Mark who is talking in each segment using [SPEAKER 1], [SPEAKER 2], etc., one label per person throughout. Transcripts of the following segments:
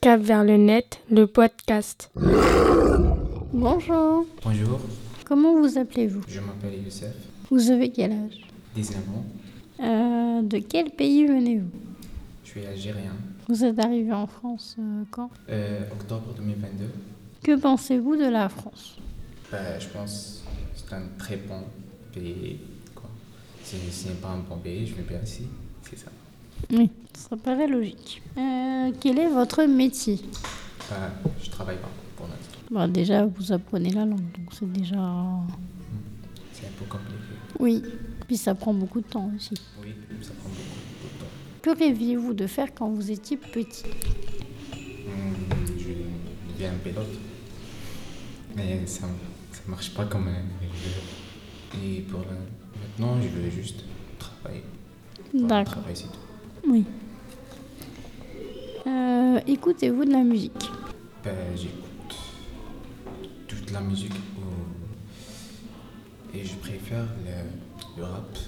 [SPEAKER 1] Cap vers le net, le podcast.
[SPEAKER 2] Bonjour,
[SPEAKER 3] Bonjour,
[SPEAKER 2] comment vous appelez-vous
[SPEAKER 3] je m'appelle Youssef,
[SPEAKER 2] Vous avez quel âge
[SPEAKER 3] 19 ans,
[SPEAKER 2] Euh, De quel pays venez-vous
[SPEAKER 3] je suis algérien.
[SPEAKER 2] Vous êtes arrivé en France euh, quand
[SPEAKER 3] Euh, octobre 2022,
[SPEAKER 2] Que pensez-vous de la France
[SPEAKER 3] bah, je pense que c'est un très bon pays. Quoi. Si ce n'est pas un bon pays, je vais bien ici, c'est ça.
[SPEAKER 2] Oui. Ça paraît logique. Euh, quel est votre métier
[SPEAKER 3] Bah, je travaille pas pour l'instant,
[SPEAKER 2] Bon, déjà, vous apprenez la langue, donc c'est déjà...
[SPEAKER 3] c'est un peu compliqué.
[SPEAKER 2] Oui. Puis ça prend beaucoup de temps aussi.
[SPEAKER 3] Oui, ça prend beaucoup de
[SPEAKER 2] Que
[SPEAKER 3] temps.
[SPEAKER 2] rêviez-vous de faire quand vous étiez petit
[SPEAKER 3] Hmm, je deviens pilote, mais ça ne marche pas comme un je veux. Et pour le- maintenant, je veux juste travailler. Voilà,
[SPEAKER 2] D'accord.
[SPEAKER 3] Travailler, c'est tout.
[SPEAKER 2] Oui. Euh, Écoutez-vous de la musique
[SPEAKER 3] Ben, j'écoute toute la musique au- et je préfère le, le rap.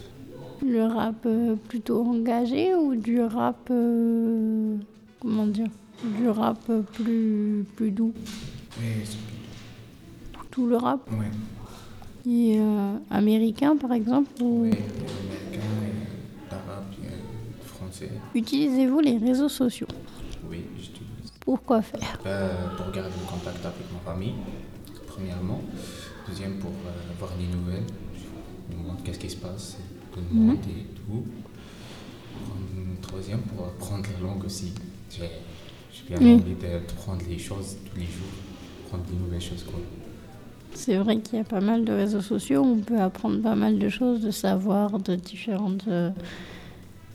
[SPEAKER 2] Le rap euh, plutôt engagé ou du rap. euh, comment dire Du rap euh, plus, plus doux
[SPEAKER 3] Oui, c'est-
[SPEAKER 2] Tout le rap
[SPEAKER 3] ouais.
[SPEAKER 2] Et euh, américain par exemple ou...
[SPEAKER 3] Oui, l'américain, et l'arabe, et le français.
[SPEAKER 2] Utilisez-vous les réseaux sociaux
[SPEAKER 3] Oui, j'utilise.
[SPEAKER 2] Pourquoi faire
[SPEAKER 3] Ben, pour garder le contact avec ma famille, premièrement. Deuxième, pour euh, voir des nouvelles, du monde, qu'est-ce qui se passe, tout le monde et tout. Hum, Troisième, pour apprendre la langue aussi. J'ai j'ai bien
[SPEAKER 2] Oui.
[SPEAKER 3] envie de, de prendre les choses tous les jours, prendre des nouvelles choses. Quoi.
[SPEAKER 2] C'est vrai qu'il y a pas mal de réseaux sociaux, on peut apprendre pas mal de choses, de savoir de différentes. euh,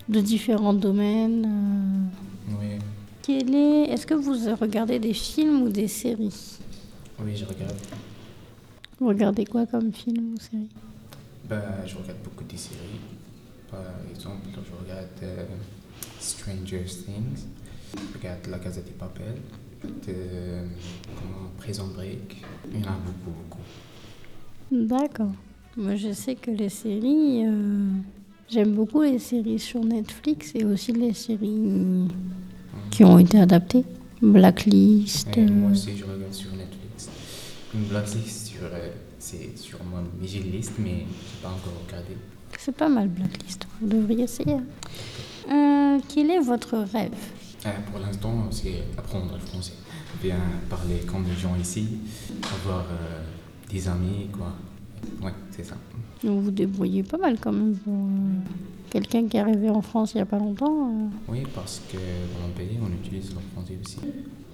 [SPEAKER 2] de différents domaines. euh.
[SPEAKER 3] Oui,
[SPEAKER 2] Quel est... Est-ce que vous regardez des films ou des séries
[SPEAKER 3] oui, je regarde.
[SPEAKER 2] Vous regardez quoi comme film ou série
[SPEAKER 3] Ben, je regarde beaucoup de séries. Par exemple, je regarde euh, Stranger Things, je regarde La Casa des Papel, de, comment, Prison Break. Il y en a beaucoup, beaucoup.
[SPEAKER 2] D'accord. Moi, je sais que les séries, euh, j'aime beaucoup les séries sur Netflix et aussi les séries qui ont été adaptées. Blacklist.
[SPEAKER 3] Et
[SPEAKER 2] euh,
[SPEAKER 3] moi aussi, je regarde sur Netflix. Une blacklist, sur, euh, c'est sur mon j'ai une liste, mais j'ai pas encore regardé.
[SPEAKER 2] C'est pas mal, Blacklist. Vous devriez essayer. Euh, quel est votre rêve
[SPEAKER 3] Euh, pour l'instant, c'est apprendre le français, bien parler comme les gens ici, avoir euh, des amis, quoi. Ouais, c'est ça.
[SPEAKER 2] Vous vous débrouillez pas mal quand même pour euh, quelqu'un qui est arrivé en France il y a pas longtemps. euh.
[SPEAKER 3] Oui, parce que dans mon pays, on utilise le français aussi.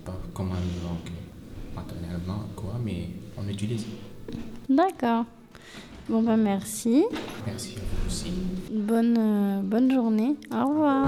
[SPEAKER 3] Pas comme une langue maternellement, quoi, mais on utilise.
[SPEAKER 2] D'accord. Bon, ben merci.
[SPEAKER 3] Merci à vous aussi.
[SPEAKER 2] Bonne, euh, bonne journée. Au revoir.